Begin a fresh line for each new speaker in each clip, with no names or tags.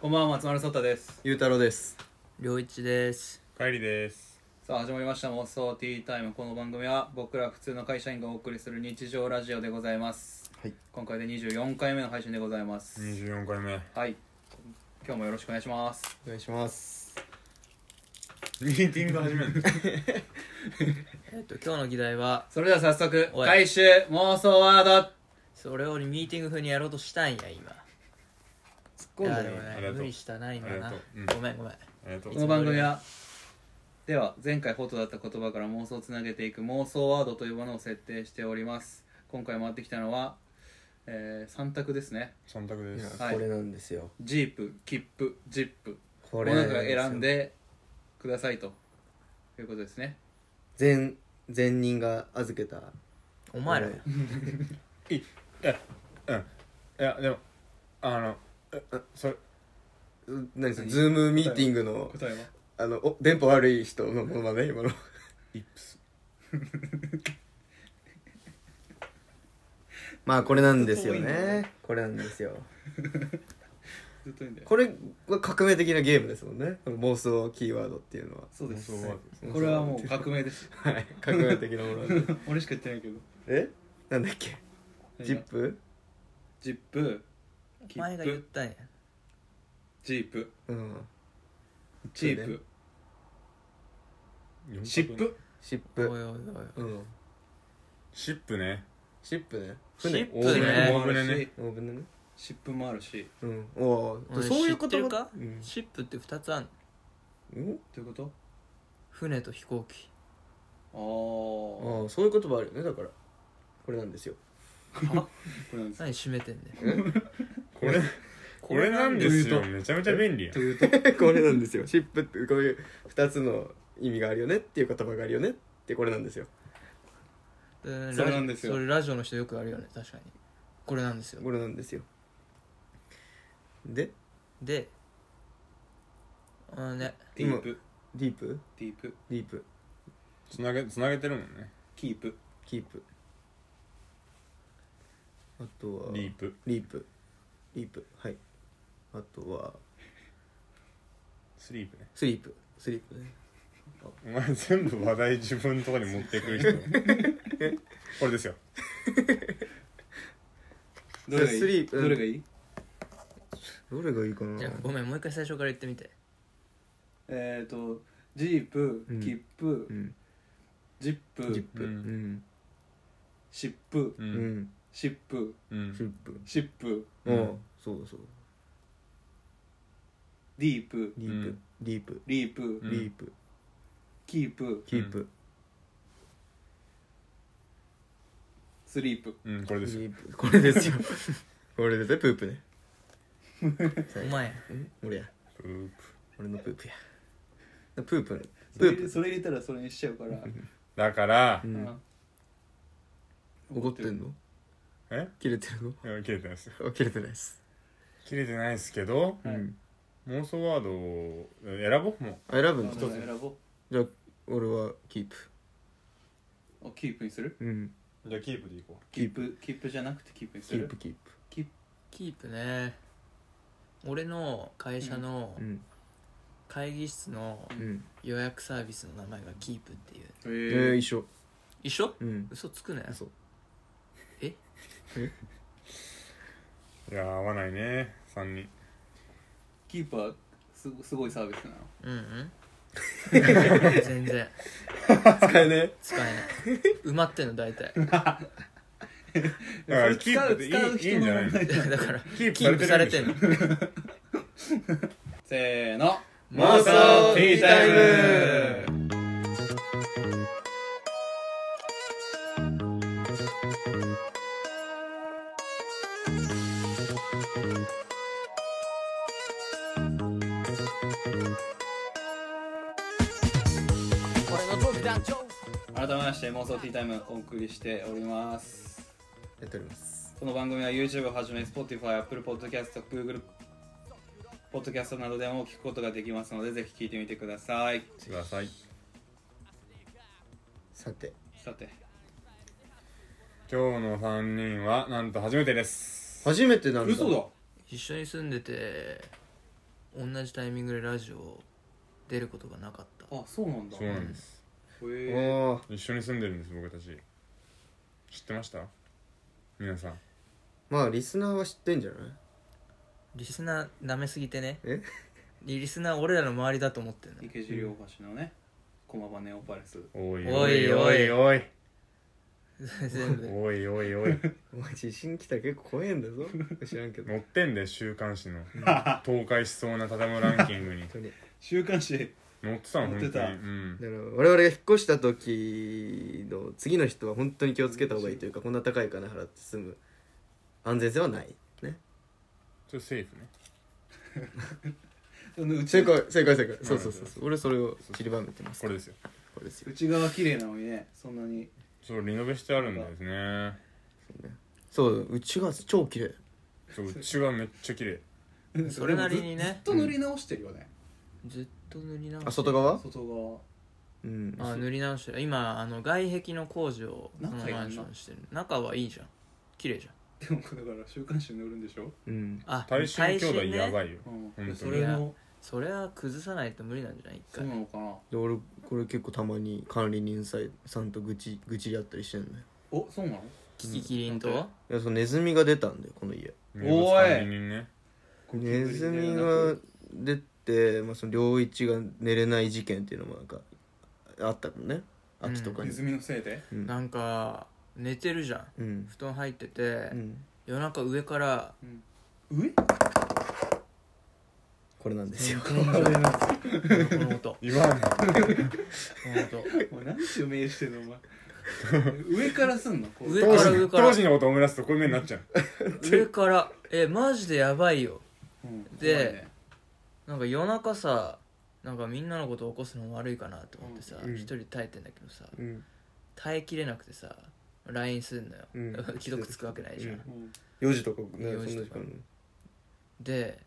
こんばんは、松丸聡太です。
ゆうたろうです
りょういちです
帰りです
さあ、始まりました、妄想ティータイム。この番組は、僕ら普通の会社員がお送りする日常ラジオでございます。
はい
今回で24回目の配信でございます。
24回目
はい。今日もよろしくお願いします。
お願いします
ミーティング始めるの
えっと今日の議題は
それでは早速、
おい
回収妄想ワード
それをミーティング風にやろうとしたんや今
突っ
いやで
よ
も
ありが
ね
とう
無理したな今
あり
な
がとううん
ごめんごめん
えっと
この番組は、では、前回フォトだった言葉から妄想をつなげていく妄想ワードというものを設定しております。今回回ってきたのは、えー、3択ですね。
三択
い
で
や
す
はい
これなんですよ
ジープ、切符、ジップ。
こ
こ
れ
の
な
中
すよ
選んでくださいということですね
全全人が預けた
お前ら
こ
うんいやでもあのええそれ
れう何それズームミーティングの
答えは
あのお電波悪い人のものまね今の
イップス
まあこれなんですよ
ちょっと遠いんだ
ねこれなんですよ
ずっといいんだよ
これは革命的なゲームですもんねこの妄想キーワードっていうのは
そうです
妄想ワ
これはもう革命です
はい革命的なものなんで
俺しか言ってないけど
えなんだっけジップ
ジップ
お前が言ったんや
ジープ
うん
ジープシップ
シッ
おい
プ
おいおい
うん
シップね
シップね
シ
船
ッ
大
プ
船
ね
もある
大船
し
ね
大船ね
シップもあるし
うんおー
俺
そういう
知
こ
って
と
るか
うん
シップって2つあんの
うん
ということ
船と飛行機
あ
ああ
ーそういう言葉あるよねだからこれなんですよ
これなんです
何締めてんねん
これこれなんですよめちゃめちゃ便利や
というと
これなんですよシップってこういう2つの意味があるよねっていう言葉があるよねってこれなんですよ
で
それなんですよ
それラジオの人よくあるよね確かにこれなんですよ
これなんですよで
であのね
ディープ
ディープ
ディープ
ディープ
つなげつなげてるもんね
キープ
キープあとは
リープ
リープリープはいあとは
スリープね
スリープスリープね
お前全部話題自分のとこに持ってくる人 これですよ
どれが
ス
い
リ
い
ープ
どれがいい
どれがいいかな
じゃあごめんもう一回最初から言ってみて
えっとジープ
うん
切符
うん
ジッ
ジ
プ
ップ
う
うんん
シップ
う
うんん
シップ
うん
シップ
シップ
う
うん
んそうそう
ディープ
リー
う
プ
ん
リープ
リープ
うん
リープ
キープ
キープ
スリープ
うんこれですよ
これ ですよこれですねプープね
お前や
俺や
プープ
俺のプープやプープ
そ
プ
れ
ー
入れ
プ
それ入れたらそれにしちゃうから、
だから
う
うん
ん怒ってんの
え
切れてる
いや切れてないですよ
の切れてないです
切れてないですけど
はい
うん
妄想ワードを選ぼうも
あ選ぶ
一
ん
つ
だ
選ぼ
じゃあ俺はキープ
うあキープにする
うん
うじゃあキープでいこ
キープキープじゃなくてキープにす
キー
る
プキー
キー
キープね俺の会社の
プうん
会議室の
うん
予約サービスの名前がキープっていう
プ
え
え
ー
ー、
一緒
一緒
うん
嘘つくね
嘘
え
ういやー合わないね3人
キープはすすごいサービスなの
うんうん 全然
使えね
使えない 埋まってんの大 体
だから
それ使う
キープでいい
使う人の
いいんじゃないの
問題じゃん
だから
キ
キープされてんの
せーの
妄想ティータイ
ム改めまして妄想ティータイムお送りしております
やっております
この番組は YouTube をはじめ Spotify、Apple Podcast、Google Podcast などでも聞くことができますのでぜひ聞いてみてください
ください
さて
さて
今日の3人はなんと初めてです
初めてなんだ
嘘だ
一緒に住んでて同じタイミングでラジオ出ることがなかった
あそうなんだ
そうなんです
お
へえ
ー
一緒に住んでるんです僕たち知ってました皆さん
まあリスナーは知ってんじゃない
リスナー舐めすぎてね
え
リリスナー俺らの周りだと思ってんの
池尻大橋のね駒場ネオパレス
おい
おいおい
おい
全部
おいおいおい
お前地震来たら結構怖えんだぞ知らんけど
載ってんで週刊誌の倒壊しそうな畳むランキングに
本当に
週刊誌
載ってたの
載
本当
っ
に
てた
うん
だから我々が引っ越した時の次の人は本当に気をつけた方がいいというかこんな高い金払って住む安全性はないね
それセーフね
うち
正解正解正解そうそうそうそう俺それを散りばめてます
これですよ
これですよ
内側綺麗なのにねそんなに
そうリノベしてあるんですね
そううちが超綺麗
そううちはめっちゃ綺麗
それなりにね
でもずずっと塗り直してるよね、
ずっと塗り直して
あ外側
外側
うん
あ塗り直してる今あの外壁の工事をこの
仲いいな
マンションしてる中はいいじゃん綺麗じゃ
で
ん
もだから週刊誌塗るんでしょ、
うん
あ
大衆兄弟
ね
やばいよ
う
当
ん、
に
それの
それは崩さないと無理なんじゃない一
そう
回
なのかな
で俺これ結構たまに管理人さんと愚痴愚痴り合ったりしてんのよ
おそうなの
キキキリンと、
うん
いやそのネズミが出たんだよこの家
名物管理人ね
ネズミが出て、まあ、その良一が寝れない事件っていうのもなんかあったのね秋とか
ネ
に
ズミのせいで
うん
なんか寝てるじゃん
うん、
布団入ってて、
うん、
夜中上から
上
これなんですよ
この音この 音こ
言わん
の音
お前何襲名してんのお前上からすんのこう
上
当
から
時
上
の
から
当時のこと思い出すとこういう目になっちゃう
上からえマジでやばいよ
うん
で
怖いね
なんか夜中さなんかみんなのこと起こすのも悪いかなと思ってさ
うん
一人耐えてんだけどさ
うん
耐えきれなくてさ LINE すんのよ、
うん
既読つくわけないじゃん、
うん
うん
4時とかね
4時
そんな
と
時
か
間
で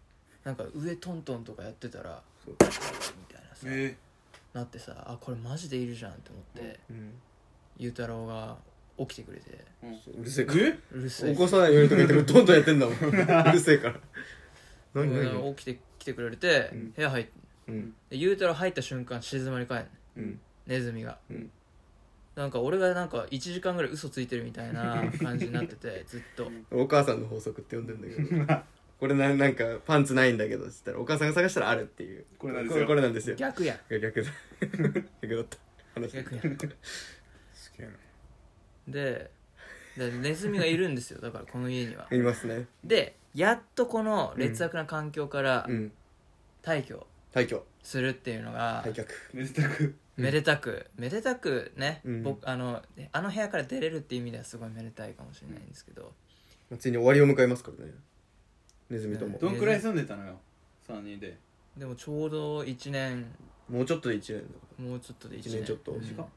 なんか上トントンとかやってたら
そう
みたいなさ、
え
なってさあこれマジでいるじゃんと思って、
うん
ゆうたろうが起きてくれて
ーうん
うるせえから
え
うるせえ
起こさないようにとか言ってこれどんどんやってんだもんうるせえから何何
起きてきてくれて、
うん
部屋入って
うん
でゆうたろう入った瞬間静まり返る
うん
ネズミが、
うん
なんか俺がなんか1時間ぐらい嘘ついてるみたい な感じになっててずっと
お母さんの法則って呼んでんだけどこれななんかパンツないんだけどっつったらお母さんが探したらあるっていう
これなんですよ
これなんですよ
逆や
いや逆だ 逆だった話
逆や
すげえな
ででネズミがいるんですよだからこの家にはい
ますね
でやっとこの劣悪な環境から
うん
退去
退却
するっていうのが
退却
めでたく
めでたくめでたくね、
うん
僕あのあの部屋から出れるっていう意味ではすごいめでたいかもしれないんですけど
まあついに終わりを迎えますからねネズミとも
どんくらい住んでたのよ3人で
でもちょうど1年
もうちょっとで1年だ
もうちょっとで1年
一年ちょっと
うん
短っ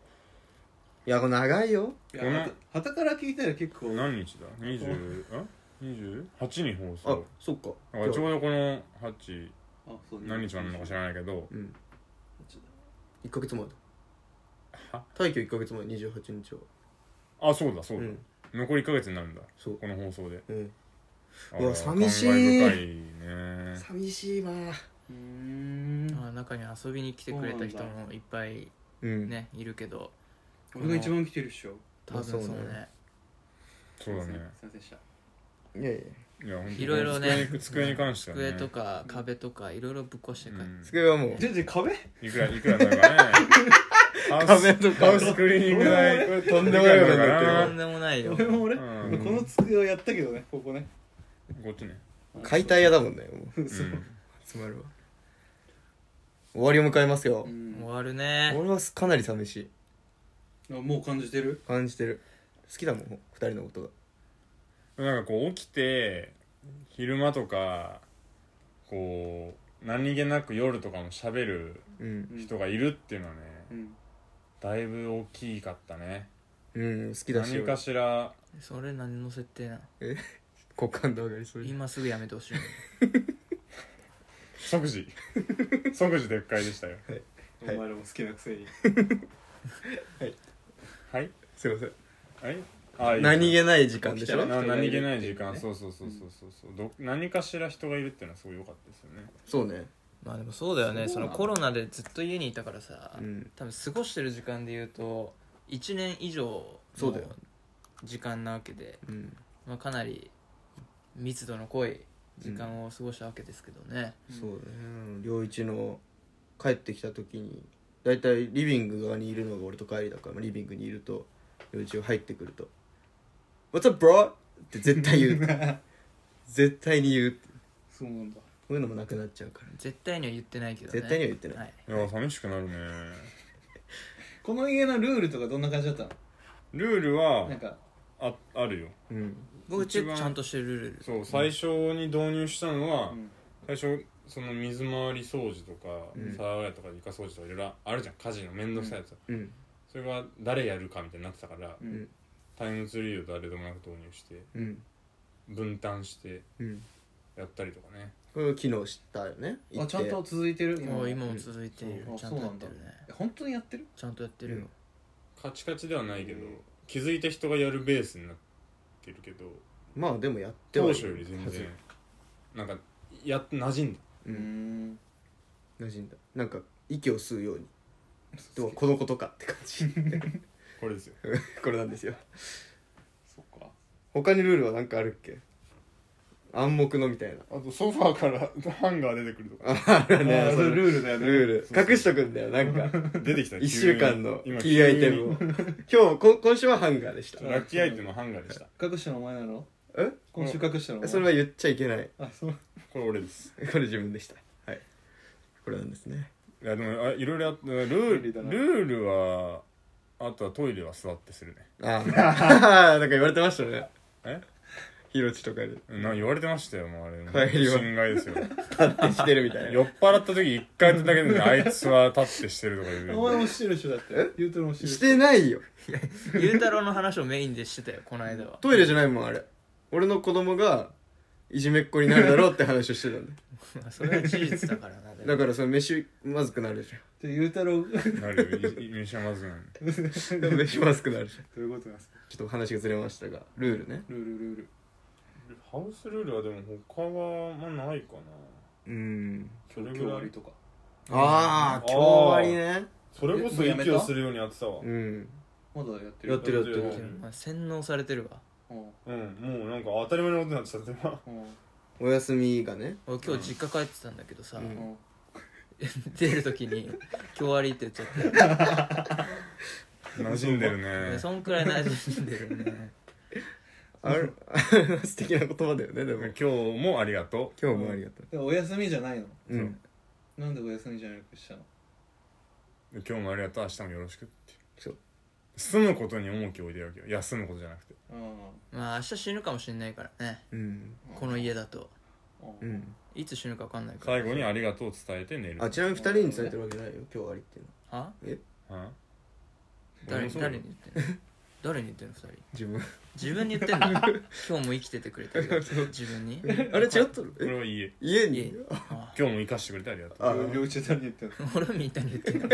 いやこれ長いよ
い
ごめん
やはたたから聞いたら結構
何日だ20あ28に放
あ
送
そっか
だからちょうどこの8
あそう
何日までなのか知らないけど
うん
ちょっと
1ヶ月前だ
は
退去1ヶ月前28日は
あそうだそう
う
だ、
ん
残り1ヶ月になるんだ
そう
この放送で
うん
あ
うわ
ら
寂しい
感慨深いね
寂しいわ
うーん
あ中に遊びに来てくれた人もいっぱい
うん
ねいるけど
俺が一番来てるっしょ
多
ま
分
あそうね
そうね
そう
すいま
だね
せんすいませんでした
いやいや
いや本当
いろいろね
机に机に関してはね
机とか壁とかいろいろぶっ壊して
う
帰って、
ん
机はもう
全然壁
いくらいくらだからねハウス
壁とか
ハウスクリーニング代
これとんでもないことになってる
う
わ
とんでもないよ
俺も俺、
うん
この机をやったけどねここね
こっちね
解体屋だもんねもう
う
そうん
つまるわ終わりを迎えますよ
うん
終わるね
俺はかなり寂しい
あもう感じてる
感じてる好きだもん2人のことが
なんかこう起きて昼間とかこう何気なく夜とかも喋る
うん
人がいるっていうのはね、
うん
だいぶ大きかったね
うん好きだし
何かしら
それ何の設定なの
好感度上がりそう
今すぐやめて ほしい
即時即時撤回でしたよ
お前らも好きなくせに
はい
すいません
はいあいい
何気ない時間で
で
しょ
な
人がいる
何気ない
ってい
時
うね
間そうそうそうそうそうそうど何かしら人がいるっていうのはすごい良かったですよね
そうね
まあでもそうだよね
そう
そ
な
の
の
コロナでずっと家にいたからさ、
うん
多分過ごしてる時間で言うと1年以上
そう
の
だよ
時間なわけで、
うん
まあ、かなり密度の濃い時間を過ごしたわけですけどね、
そうだね良一の帰ってきた時に大体リビング側にいるのが俺と帰りだからまあリビングにいると良一が入ってくると「What's up bro?」って絶対言う絶対に言う
そうなんだ
そういうのもなくなっちゃうから
絶対には言ってないけどね
絶対には言ってない
はい、
いや寂しくなるね
この家のルールとかどんな感じだったの
ルールは
なんか
ああるよ
うん
僕ちょっ
一
と
番
ちゃんとしてるルール
そう最初に導入したのは、
うん
最初その水回り掃除とか
うん
皿洗いとか床掃除とかいろいろあるじゃん家事の面倒くさいやつ、
うん
それが誰やるかみたいになってたから、
うん
タイムツリーを誰でもなく導入して
うん
分担して
うん
やったりとかね
これを機能したよね
あちゃんと続いてる
もう今
も
も続いている、
うん
ちゃんとやってるね
え本当にやってる
ちゃんとやってるよ、
カチカチではないけど
うん
気づいた人がやるベースになってるけど
まあでもやって
当
はいる
初より全然なんかやっ馴染んだ
う
うんん
馴染んだなんか息を吸うようにでもこのことかって感じ
これですよ
これなんですよ
そっか
他にルールは何かあるっけ暗黙のみたいな
あとソファーからハンガー出てくると
あ
か
るね
あー
そ
それ
れ
ルールだよね
ル
そ
ー
うそう
ル隠しとくんだよなんか
出てきた
1週間のキ
今
ーアイテムを今日こ今週はハンガーでした
急にラッキーアイテムはハンガーでした
隠したのお前なの
え
今週隠したのお前
それは言っちゃいけない
あそう
これ俺です
これ自分でしたはいこれなんですね
いやでもあいろいろやってル
便利だ
ー
な
ルルールはあとはトイレは座ってするね
ああなんか言われてましたね
え
ヒロチとかで
な言われてましたよもうあれ
帰りは
侵害ですよ
立ってしてるみたいな
酔っ払った時一回やっただけで、ね、あいつは立ってしてるとか言
お
う
前もしてるでしょだって
え
ゆうとろもしてる
してないよ
ゆうたろうの話をメインでしてたよこの間は
トイレじゃないもんあれ俺の子供がいじめっ子になるだろうって話をしてたんだよ
まあそれは事実だからなでも
だからその飯まずくなるでし
じゃあゆうたろうど
なるよいい飯はまずいのに
ょ 飯まずくなるでしょ
ういうことなんですか
ちょっと話がずれましたがルールね
ルールルール
ハウスルールはでも他はまあないかな
うん
それ
今
ぐ
日
らい
終わりとか
ああ
あー
今日割りね
それこそ
えもうやめ
息
た
をするようにやってたわ
うん
まだやって
や
る
ってるやって
やって
る
る
まあ洗脳されてるわ
うん
うんもうなんか当たり前のことになってたってば
うん
お休みがね
俺今日実家帰ってたんだけどさ、
う
うんん
出る時に「今日悪い」って言っちゃって、
馴染んでるね
そんくらい馴染んでるね
あれ素敵な言葉だよねでも
今日もありがと
今日もありがと
でもお休みじゃないの
ううん
なんでお休みじゃなくしたの
う今日もありがとう明日もよろしくって
そう
住むことに重きを置いてるわけよ休むことじゃなくて
う
まあ明日死ぬかもしんないからね
うん
ん
この家だと
う
うん
ん
いつ死ぬか分かんないから
最後にありがとうを伝えて寝る
あちなみに2人に伝えてるわけないよ今日終わりっていうの
は
は
誰に
俺もそうだよ
誰に言ってんの誰に言ってんの二人
自分
自分に言ってんの今日も生きててくれてる自分に
あれ違ったの
こ
え
れはいいえ
家
い
に
えあ
今日も生かしてくれてありがとう
あ
両親誰に言ってんの
俺はみたいに言ってんの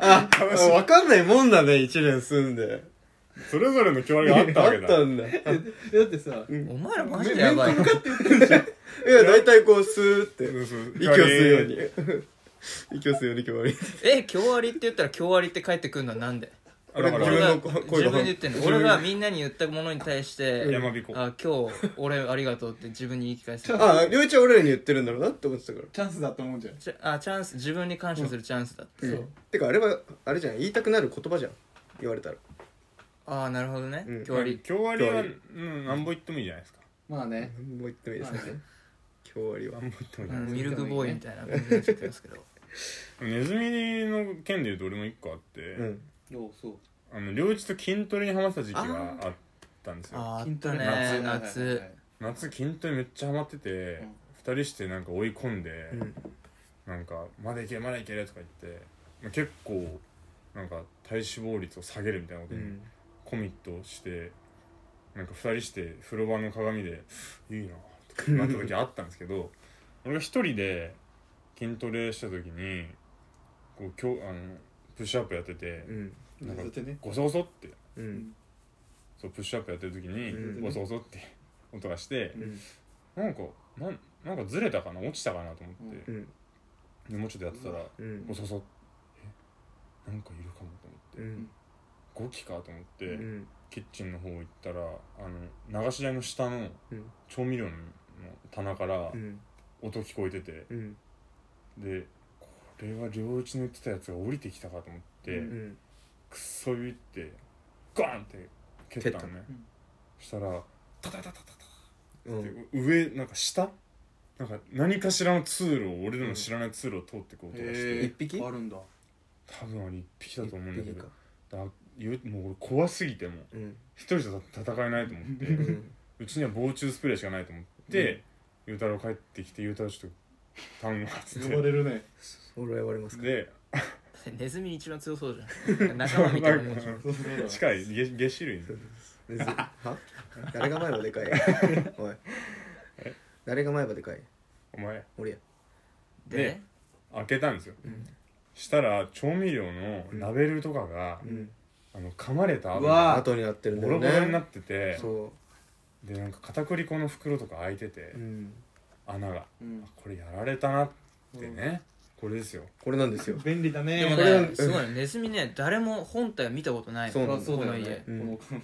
あ分かんないもんだね1年住んで
それぞれの教愛があったわけだ
あったんだ。い
えだってさ
お前らマジでやばい
や、大体こう、スーっ
そ
て、
うそう
息を吸うように。息を吸うように、今日は。
え今日割りって言ったら今日割りって帰ってくるのはなんで
あだか
自
俺
分
ら
が
の
自
声
分
声が
で言ってんの俺がみんなに言ったものに対して
やまびこ
あ今日俺ありがとうって自分に言い聞かせる
ああ、りょうちゃん俺らに言ってるんだろうなって思ってたから。
チャンスだと思うんじゃん
ちゃあチャンス自分に感謝するチャンスだって、
そう。てか、あれは、あれじゃん、言いたくなる言葉じゃん。言われたら。
ああなるほどね、
うん
今日割り
教割は
教割
うんなんぼ言ってもいいじゃないですか
まあね
何も言ってもいいですね。今日終わ
なん
りは。
ぼ言ってもい
う
いじゃない
んミルクボーイみたいな感じになっちゃってますけど
ネズミの件でいうと俺も一個あって、
うん。
ようそう
あの両一と筋トレにハマってた時期があったんですよ
あーあった
の
ね夏
はいはいはい
夏筋トレめっちゃハマってて、
うん
二人してなんか追い込んで、
うん。
なんか「まだいけるまだいける」とか言って、まあ、結構なんか体脂肪率を下げるみたいなこと
う
に
ん。
コミットしてなんか2人して風呂場の鏡で「いいな」とかなった時あったんです けど俺が1人で筋トレした時にこう今日あのプッシュアップやってて
うん。
なんか
だってね
ゴソゴソって
うん。
そうプッシュアップやってる時に
うん
ゴソゴソって音がして
うん
なんかなんなんかずれたかな落ちたかなと思って、
うん
でもうちょっとやってたら
うん
ボソボソえなんかいるかもと
う
思って、
ん
ゴキかと思って、
うん
キッチンの方行ったらあの流し台の下の
うん
調味料の棚から
うん
音聞こえてて、
うん
でこれは両一の言ってたやつが降りてきたかと思って、
うん
うん
くっそ言ってゴーンって蹴ったのね
蹴ったうん
したらタタタタタ
う
タっ
ん
て上なんか下なんか何かしらの通路を俺でも知らない通路を通ってこうとかして、
へー一匹
あるんだ
多分あれ一匹だと思うんだけ
いい
ど
か
だゆもう俺怖すぎてもう
うん
一人じゃ戦えないと思って
うん
うちには防虫スプレーしかないと思って、ゆうたろう帰ってきてゆうたろうちょっと頼むわっつって
れるね
俺は言われますか
で
ネズミに一番強そうじ ゃん仲間みたいなもんじゃん
近いげげ種類ね
むずいは誰が前歯でかいおい誰が前歯でかい
お前
俺や
で
開けたんですよ、
ん
したら調味料のラベルとかが、
うん
あの噛まれた
うわあ
後になってるんだ
ボロ
よ
ボロにな
ね
ってて
そ
でなんか片栗粉の袋とか開いてて、
ううん
穴が
うん
あこれやられたなってね、これですよ
これなんですよ
便利だね
でもねすごいねネズミね誰も本体を見たことない
そう
の
な
そ
ん
りゃ
だ
そうだよね
この家
この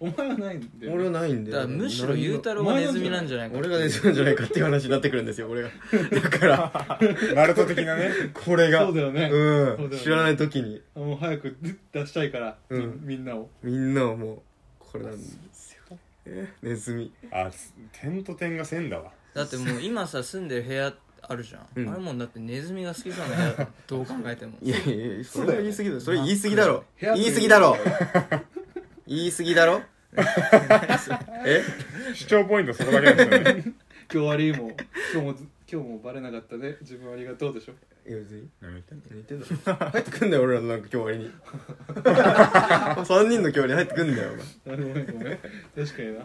お前はないんだよ
俺
ね
はないんだ
だ
よ
からむしろゆうたろうがネズミなんじゃないか
俺がネズミなんじゃないかっていう話になってくるんですよ俺がだから
ナルト的なね
これが
そうだよねそうだよ
うん
ね
知らない時に
もう早く出したいからみ
うん
みんなを
みんなはもうこれなんですよえネズミ
あ点と点が線だわ
だっ てもう今さ住んでる部屋あるじゃん、
うん
あれもうだってネズミが好きそうな部屋 だどう考えても
いやいやいやそ
そう
れ
だ
は
よ
言
ね
い過ぎだろそれ言い過ぎだろ
部屋という
言い過ぎだろ言い過ぎだろえ
主張ポイントそれだけなんですよね
今日ありも今日も今日もバレなかったね自分ありがとうでしょ
いや別に
何言ってんの
何言ってんだ入ってくんだよ俺らのなんか今日割に三人の今日に入ってくんだよお前
あごめんごめん確かにな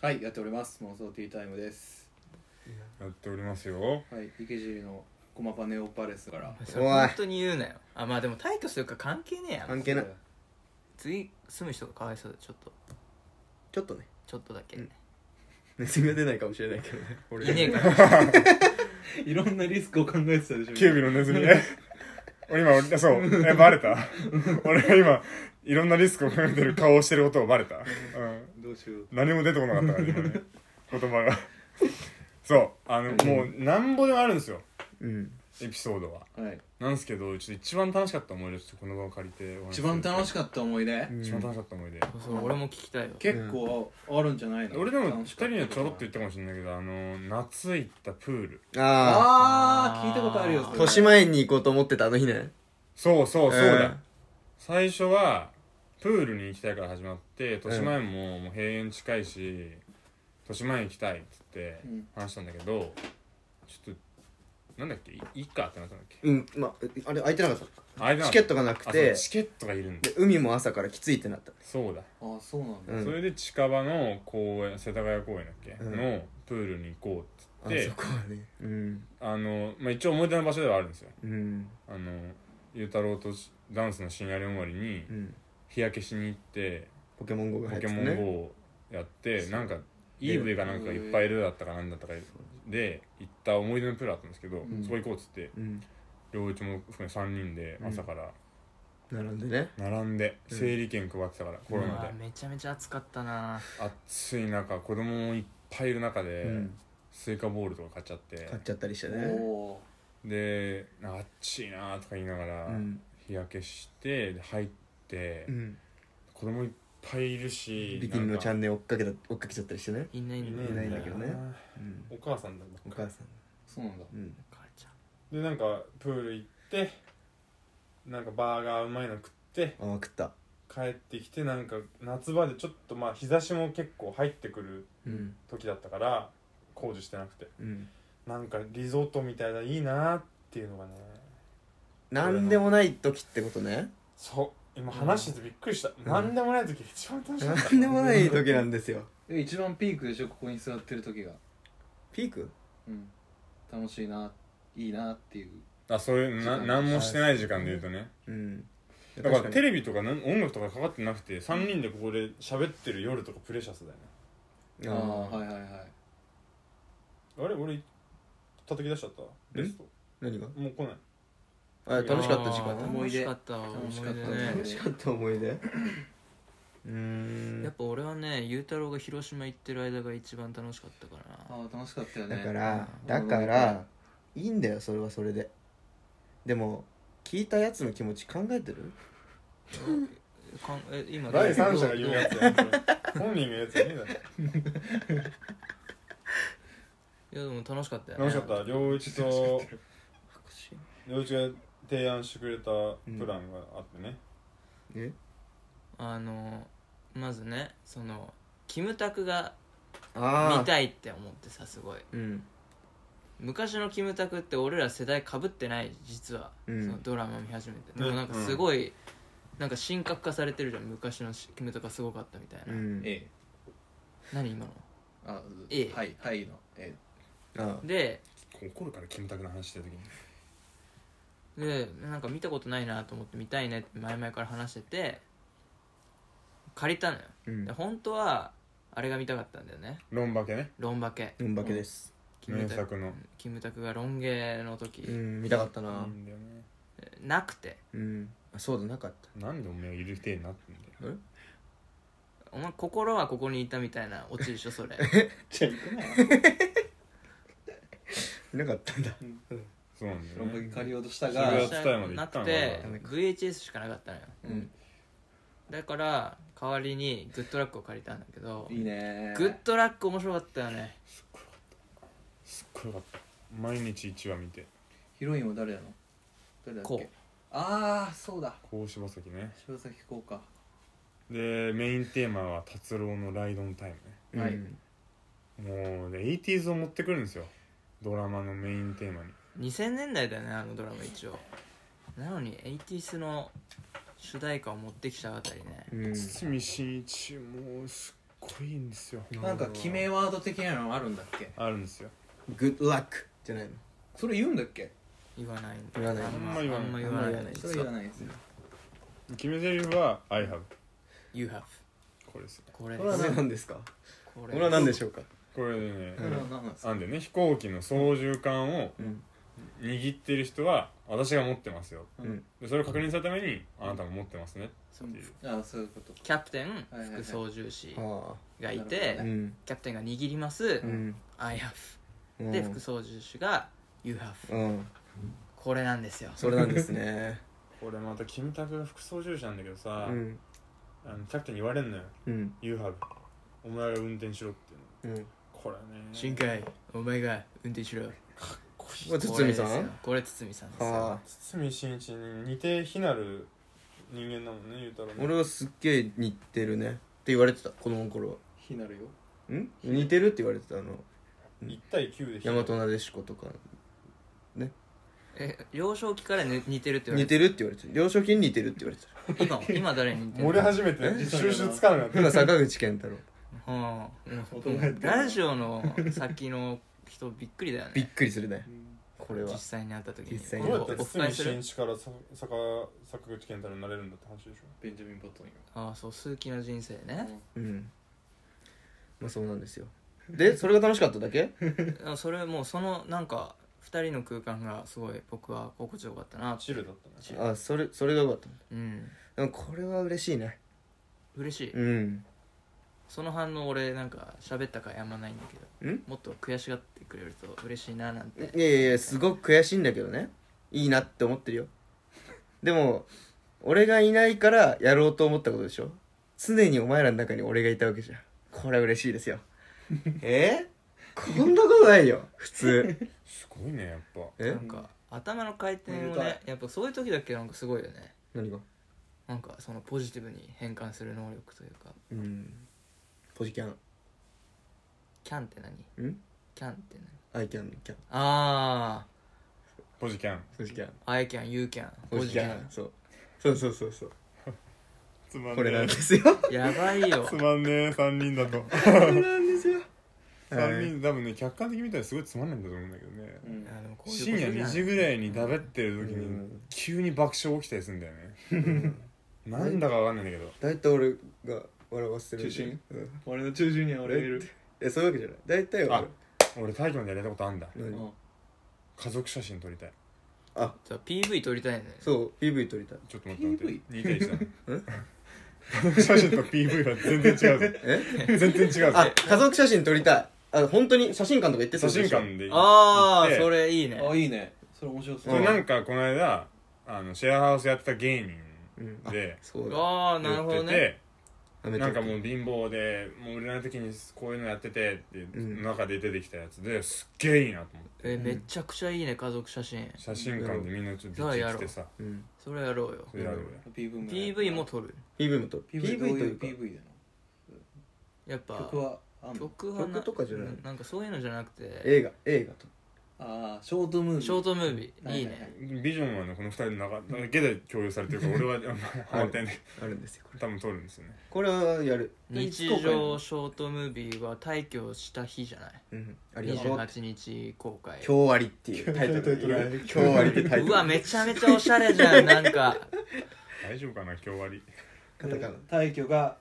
はいやっております妄想ティータイムです
やっておりますよ
はい池尻のコマパネオパレスから
それ
おい
本当に言うなよあまあでも退去するか関係ねえや
関係ない
次住む人がかわいそうでちょっと
ちょっとね
ちょっとだけ、
うんネズミは出ないかもしれないけどね俺
いねえから
いろんなリスクを考えてたでしょ
キュービのネズミね俺今俺そうえバレた俺が今いろんなリスクを考えてる顔をしてることをバレた、うん、
どうしよう
何も出てこなかったから今ね言葉がそうあの、もうなんぼでもあるんですよ
うん
エピソードは
はい、
なんですけどちょっと一番楽しかった思い出をちょっとこの場を借りてお話し
一番楽し
か
かった思い出、
うん
一番楽しかった思い出、
そうそう俺も聞きたいよ
結構あるんじゃないの、
俺でも2
楽しか
人
た
にはちょろっと言ったかもしれないけどあの夏行ったプール
ああ
ああ聞いたことあるよそれ
豊島園に行こうと思ってたあの日ね
そうそうそうだ、
ん
最初はプールに行きたいから始まって豊島園ももう閉園近いし豊島園行きたいっつって
うん
話したんだけどちょっとなんだっけいいいっかってなったんだっけ
うんまああれ空いてなかった
あれだな
チケットがなく
あそう
て
チケットがいるんだ
で海も朝からきついってなった
そうだ、
ああそうなんだ、
うん
それで近場の公園世田谷公園だっけ、
うん
のプールに行こうっつって
こはねうん
あの、まあ、一応思い出の場所ではあるんですよ
うん
あのゆうたろうとしダンスの深夜練終わりに
うん
日焼けしに行って
ポケモン GO が入
ポ
って
ケ
た
モン GO
ね
をやってなんか
で
EV がなんかいっぱいいるだったかなんだったかで行った思い出のプールあったんですけど、
ん
そこ行こうっつって
うん
両一も含め3人で朝から
並んでね
並んで
うん
整理券配ってたから、コロナ
う
で
わめちゃめちゃ暑かったな
暑い中子供もいっぱいいる中で、
うん
スイカボールとか買っちゃって
買っちゃったりしてね
お
で「あっちいな」とか言いながら
うん
日焼けしてで入って、
うん
子供いっぱいいるし
ビキニのチャ
ん
ンネル追っかけた追っかけちゃったりしてね
いないんだよ
いないんだけどねうん
お母さんだ
お母さん
そうなんだ
うん
母ちゃん
でなんかプール行ってなんかバーガーうまいの食って
あ食った
帰ってきてなんか夏場でちょっとまあ日差しも結構入ってくる
うん
時だったから工事してなくて
うん
なんかリゾートみたいないいなっていうのがね
なんでもない時ってことね
そう今話しててびっくりした、なんでもない時が一番楽しかっ
な
た
んでもない時なんですよ
え一番ピークでしょここに座ってる時が
ピーク
うん楽しいないいなっていう
あそういうな何もしてない時間で言うとね
うん
だからテ
レ
レビとかなん音楽とかかかってなくて3人でここで喋ってる夜とかプレシャスだよね
ビ
ああ
ああ
はいはいはい
あれ俺叩き出しちゃったベスト
何が
もう来ない
あ楽しかった時
あー
間
思い出
楽しかった
楽しかった
思い出ね
楽しかった思い出うー
やっ
ん
ぱ俺はねゆうたろうが広島行ってる間が一番楽しかったからな
ああ楽しかったよね
だからだからいいんだよそれはそれででも聞いたやつの気持ち考えてる
かんえ今
第三者が言うやつやん 本人が言うやつやね
いやでも楽しかった
え
よ
だろ
ね
楽しかった良一と良一が提案してくれた
ん
プランがあってね、
え
あのまずねそのキムタクが
ああ
見たいって思ってさすごい
うん
昔のキムタクって俺ら世代かぶってない実は、
うん
そのドラマ見始めて、
ね
でもなんかすごい、なんか神格化されてるじゃん昔のキムタクがすごかったみたいな、
うん
ええ
何今の
あ
ええ
はいはいのええ
あ
で
怒るからキムタクの話してる時に
でなんか見たことないなと思って見たいねって前々から話してて借りたのよ、
うん
で本当はあれが見たかったんだよね
ロンバケね
ロンバケ
うん化けです
キム
名
タク
作の
キムタクがロン毛の時、
うん見たかった
いい
なん
だよね
なくて
うんあそうだなかった
なんでお前いる手になってんだよ
お前心はここにいたみたいなオチでしょそれ
じゃ行
いなかったんだ
そうなんだ
ロ
よ
ンバ
ね
ケ借りようとした
それ
が
は伝えまで行
な
った
く
の
て
ダ
メか
VHS しかなかったのよ
うん
だから代わりにグッドラックを借りたんだけど
いいね
グッドラック面白かったよね
すっごいよかった毎日1話見て
ヒロインは誰なの誰だっ
こ
け
う
ああそうだ
こう柴崎ね
柴咲コウか
でメインテーマは達郎の「ライドオンタイム
うん
はい
ね」もうね 80s を持ってくるんですよドラマのメインテーマに
2000年代だよねあのドラマ一応なのに 80s の主題歌を持ってきたあたりね
うん
堤真一もうすっごいいいんですよ
なんか決めワード的なのあるんだっけ
あるんですよ
グッドラックじゃないの
それ言うんだっけ
言わないんだ
言わない
あんま
あんま言
あ
わない
んま言
あんま
わ
言
な
わ
い
ない
それ言わないですよ
決め台詞は「I have
You have」
これですね
これ
これは何ですか
こ
こ
れ
れは何でしょうか
これでね
それは何なんですか
なんでね飛行機の操縦桿を
うん
握ってる人は私が持ってますよ
うん
でそれを確認するためにあなたも持ってますね
そう
っていう
ああそういうこと
キャプテ
はいはい
ン
はい
副操縦士
あ
がい
なるほ
て
ど
あう
ね
ん
キャプテンが握ります
うん
「I have」
うん
で副操縦士が「You have」
うん
これなんですよ
それなんですね
これまたキムタクが副操縦士なんだけど
う
さ、
ん
あのキャプテンに言われんのよ
うん
「You have お前が運転しろ」っていうの
うん
これね
新海お前が運転しろ
まあ堤さん
これですよこれ堤さんです
あ
よ
あ
堤真一に似て非なる人間だもんね言うたらね
俺はすっげえ似てるねって言われてた子供の頃は
非なるよ
ん似てるって言われてたあの
1対9で
大和なでしことか
え幼少期からね似てるって言われ
似てるって言われてた幼少期に似てるって言われてた
て今も今誰に似てる
盛り始めて収拾つかなくなった
今坂口健 太郎
は
大人やって
あ、ラジオの先の人びっくりだよ
びっ
ね
くりするねこれは
実際に会った時
実
に
際
ど
に
うや
会
っ
った
ら
オフ会
堤
す
真
る
一からさ坂坂口健太郎になれるんだって話でし
ベンジャミン・ボトンよ
ああそう数奇な人生ね
うんまあそうなん ですよでそれが楽しかっただけ
あそれもうそのなんか二人の空間がすごい僕は心地よかったな
ょチルだったね
あそれそれが良かった
うん
でもこれは嬉しいね
嬉しい
うん
その反応俺なんか喋ったからやまないんだけど
ん
もっと悔しがってくれると嬉しいななんて
いやいやいやすごく悔しいんだけどねいいなって思ってるよでも俺がいないからやろうと思ったことでしょ常にお前らの中に俺がいたわけじゃんこれは嬉しいですよえこんなことないよ普 通
すごいねやっぱ
え
なんか頭の回転
お
を
めでた
ね
い
やっぱそういう時だけなんかすごいよね
何が
なんかそのポジティブに変換する能力というか
うんポジキャン
キャンって何
うん
キャンって何
アイキャンキャン
あ
ポジキャン
ポジキャン
あ I can you can
ポジキャンそうそうそうそうそう
つまんねえ
これなんですよこ
やばいよ
つまんねえ3人だと
れなんですよ
3人多分ね客観的に見たらすごいつまんないんだと思うんだけどね
うん
あのこういうことじゃ
深
ん
夜2時ぐらいにだべってる時
う
に
ん
急に爆笑起きたりするんだよね
うん
なんだかわかんないんだけど
大体俺が笑わせてるんで
中心
うん
俺の中心には俺がいる
えそういうわけじゃない大体は
あ俺大輝までやれたことあんだ
俺何
家族写真撮りたい
あ
そう PV 撮りたいね
そう PV 撮りたい
ちょっと待って待って2対1だね
ん
家族写真と PV は全然違うぜ
え
全然違う
あ
ぜ
家族写真撮りたいあ本当に写真館とか行って
写真
行
館で
あ
行って
あそれいいね
うんあいいねそれ面白
そ
そう
れなんかこの間あのシェアハウスやってた芸
うん
人で
そうだ
ああなるほど
やっ
ね
て
や
て
めと
な
く
んかもう貧乏でもう売れない時にこういうのやっててって
うん
中で出てきたやつですっげえいいなと思って
えめちゃくちゃいいね家族写真
写真館でみんなちょっと
うん
ビチ来てさ
うん
それやろうよ
それやるよ
PV も
PV も撮る
PV も撮る
PV どう
と
い
いううか
PV だ
やっぱ
の曲はあんの
曲はな
曲とかじゃない
んなんかそういうのじゃなくて
映画映画と
ああショートムービー
ショートムービーいい
はは
ね
ビジョンはねこの2人の中だけで共有されて るから俺はあんまりハマってない
あるんですよこれ
多分撮るんですよね
これはやる
日常ショートムービーは退去した日じゃない
うんありがとう
28日公開
今日ありっていうタイトルがいいね今日ありってタイト
う
ル
わめちゃめちゃおしゃれじゃんなんか
大丈夫かな今日終わり
カタカナ
大挙が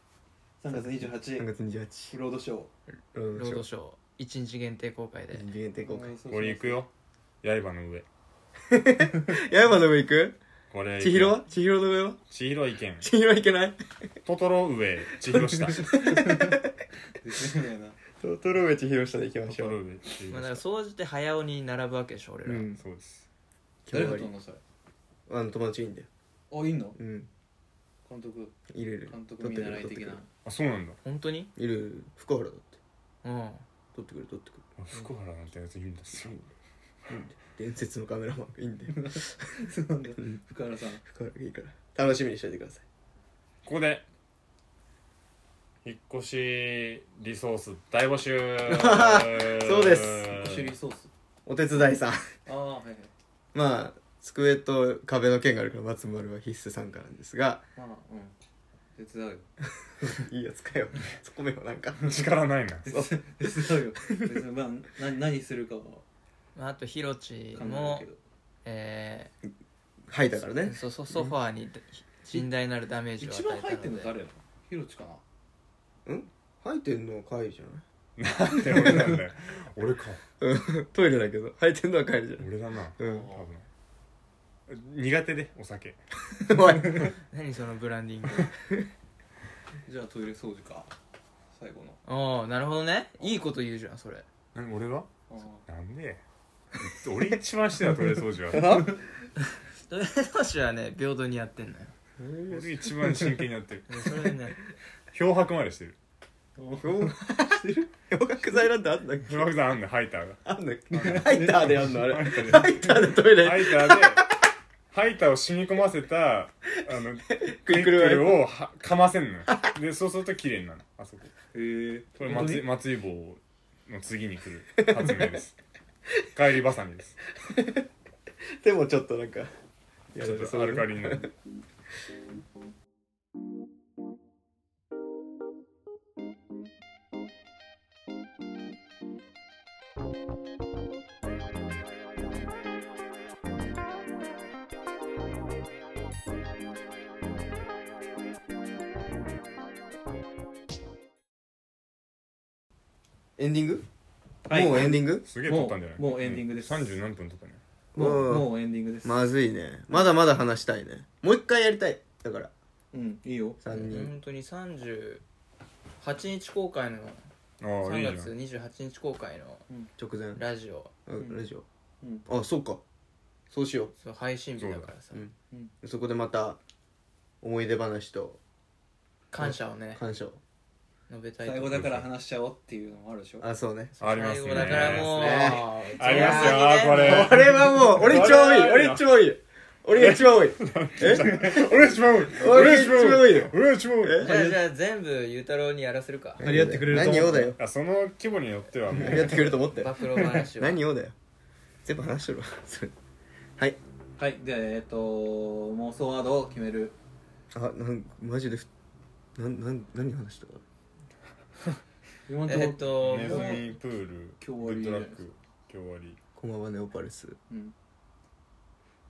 3月28
3
日
月28
ロードショー
ロー
ロードショー1日限定公開で
限定公開
これ行くよ刃の上
ヤマの上行く
これ
千尋は千尋の上は
千尋意見
千尋行けない
トトロ上千尋 下ト
できない な
トトロ上千尋下で行きまし
ト
ょ
ロ
う
上千
まあだから
尋下
総じて早尾に並ぶわけでしょ俺ら、
うん
そうです
今
誰が
日あ
撮
り
んのそれ
あの友達いいんだよ
あいいの
うん
監督
いるいる
監督見習い的な
あそうなんだ
本当に
いる福原だって
うん
撮ってくれ撮ってく
あ福原なんてやついるんですよ
れいいんだよ伝説のカメラマンいいんだよ
そうなんだ
うん
福原さん
福原いいから楽しみにしておいてください
ここで引っ越しリソース大募集
そうです
おしりソース
お手伝いさん
ああはいはい
まあ机と壁の剣があるから松丸は必須参加なんですが
まあうん手伝うよ
いいやつかよツッコめよなんか
力な いな
手伝うよ別にまあな何するかは考
まあ、あとひろち
える
も
けど
え
はいだから
ー、
ね
そそソファーに甚大なるダメージを与
一
えたの
番
で
入ってんの誰なのひろちかな
入ってんのは貝じゃ
なんで俺なんだよ俺か
ないうんトイレだけど入ってんのは貝じゃない
俺だな
う
多分苦手でお酒
んおい
何そのブランディング
じゃあトイレ掃除か最後の
おおなるほどねいいこと言うじゃんそれ
なん俺は
ああ
なんで俺一番してたトイレ掃 除は
あ
それ同士はね平等にやってんのよ
俺一番真剣にやってる
でそれね
漂白までしてる
漂白剤なんてあんだっけ
漂白剤あんのハイターが
あんだっけハイターでやんのあれ
ハイターで
ハイターでトイ
ハ
レ
イターでハイターを染み込ませたあの
ク
ク
イッ
イ
ク
ク
ル
ル
は
をはかませんのよでそうすると綺麗になるのあそこ
へえ
これ松井松井棒の次に来る発明です帰りバサミです
手もちょっとなんか
ちょっとアルカリになる
エンディング
はい
もうエンディング
すげえ撮ったんじゃない
もうもうエンディングです
三十何分撮ったね
もう
うん
もうエンディングです
まずいねまだまだ話したいねもう一回やりたいだから
うんいいよ
3人
本当に38日公開の
ああいいじゃ
3
ん
月28日公開の
直前あ
ラジオ
ん
ラジオ
うん
あそうかそうしよ
そう配信日だからさ、
そうだうん
うん
うそこでまた思い出話と
感謝をね
感謝を
述べたいと
最
思
後
い
だから話しちゃおうっていうのもあるでしょ
あそうね
ありますね
最後だからもう、
ありますよ
ね
これ
これはもう俺一番多い
これ
俺一番多い俺が一番多いえ
俺一番多い
俺一番多いよ
俺一番多い
じゃあじゃあ全部ゆうたろうにやらせるか
何やってくれると思う
何をだよ
あその規模によってはも
何や
う
ってくれると思った
暴
よ
露話を
何をだよ全部話しとるわそれはい
はいでえっと妄想ワードを決める
あなんマジでふなんなん何話したか
今のとこ
え
ろ、
っと
ネズミプール
今
グ
日
ッドラ
割り
ック今日割
こんばんはネオパレス
うん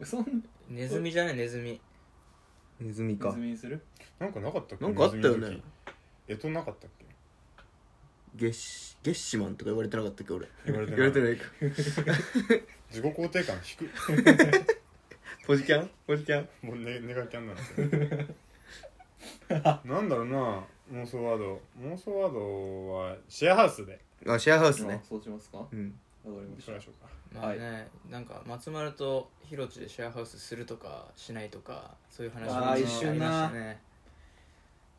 そん
ネズミじゃないネズミ
ネズミ
な
か
ネズミにする
なんかなかったっけ
なんかあったよ
ネズミ
ね
の時えとなかったっけ
ゲッシゲッシマンとか言われてなかったっけ俺
言われて
言
ない
われてないか
自己肯定感低い
ポジキャンポジキャン
もう寝寝かけあんなのなんだろうな妄想ワード妄想ワードはシェアハウスで
あシェアハウス
あ
ね
そうしますかわか
うん
りまし
しましょうか
まあね、なんか松丸と広地でシェアハウスするとかしないとかそういう話も
あー
あり
一
ま
瞬
し
な
たね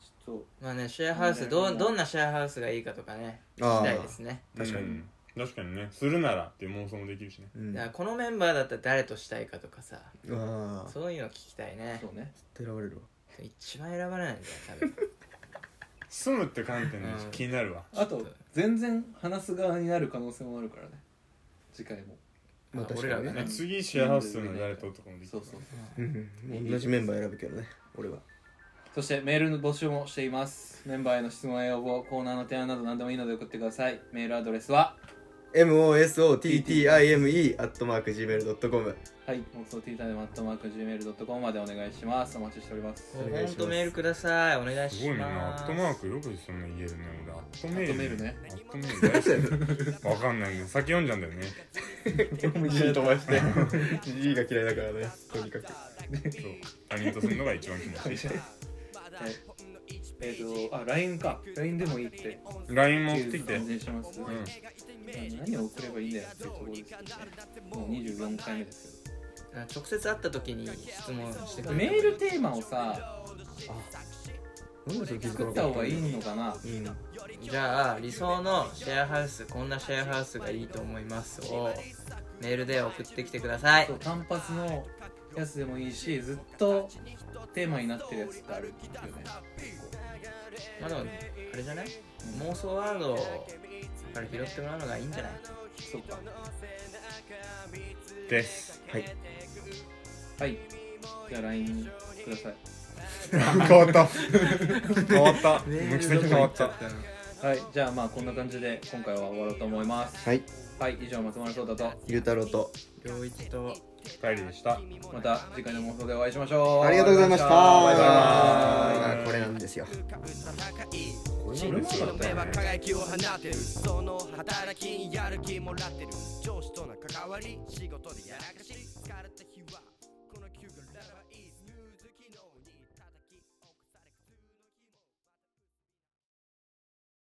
たちょっ
まあねシェアハウスどうどんなシェアハウスがいいかとかね
あー
聞きたいですね
確かに
うん確かにねするならっていう妄想もできるしね
うん
だから
あ
このメンバーだったら誰としたいかとかさ
あ
そういうの聞きたいね
とそうね
てらわれるわ
一番選ばれないんだよ 多分
住むって観点で
うん
気になるわ
あと全然話す側になる可能性もあるからね次回も
まあ
あ
確
俺
からに
が
ね
ね
次シェアハウスするの誰ととかもでき
そ
る
うそう
うん同じメンバー選ぶけどね俺は
そしてメールの募集もしていますメンバーへの質問や要望コーナーの提案など何でもいいので送ってくださいメールアドレスは
mosottime アットマーク Gmail.com
はい妄想ティータイムマットマーク Gmail.com までお願いしますお待ちしております
お願いし
もう
ま
ほ
す
んとメールくださいお願い
す
し
ごいみんな
ま
ア
す
ットマークよくそんな言えるね俺アット
ア
メール
ットメールね
アットメール大好きわかんないけど先読んじゃうんだよね
じい飛ばして じいが嫌いだからねとにかく
そう他人とするのが一番気持ちいい
はいえっ、とあ LINE か LINE でもいいって
LINE 持ってきて
全然します、
うん
何を送ればいいんだよってところですよねもう24回目ですけ
直接会った時に質問してく
ど
れ
メールテーマをさ
なんでそれ気づか
作
な
った
か
方
った
がいいのかな
うん
じゃあ理想のシェアハウスこんなシェアハウスがいいと思いますをメールで送ってきてください
そう単発のやつでもいいしずっとテーマになってるやつってあるよね
まあでもあれじゃない妄想ワードから拾ってもらうのがいいんじゃない
そうか
です
はい
はいじゃあ LINE ください
変わった変わった無機的変わった
はい、じゃあまあこんな感じで今回は終わろうと思います。
はい
はい、以上松丸翔太と
ゆうたろうと
良一と
帰りでした
また次回の妄想でお会いしましょう。
ありがとうございました
バイバイ。
これなんですよ
人類だったよね
輝きを放てるその働きにやる気もらってる上司との関わり仕事でやらかし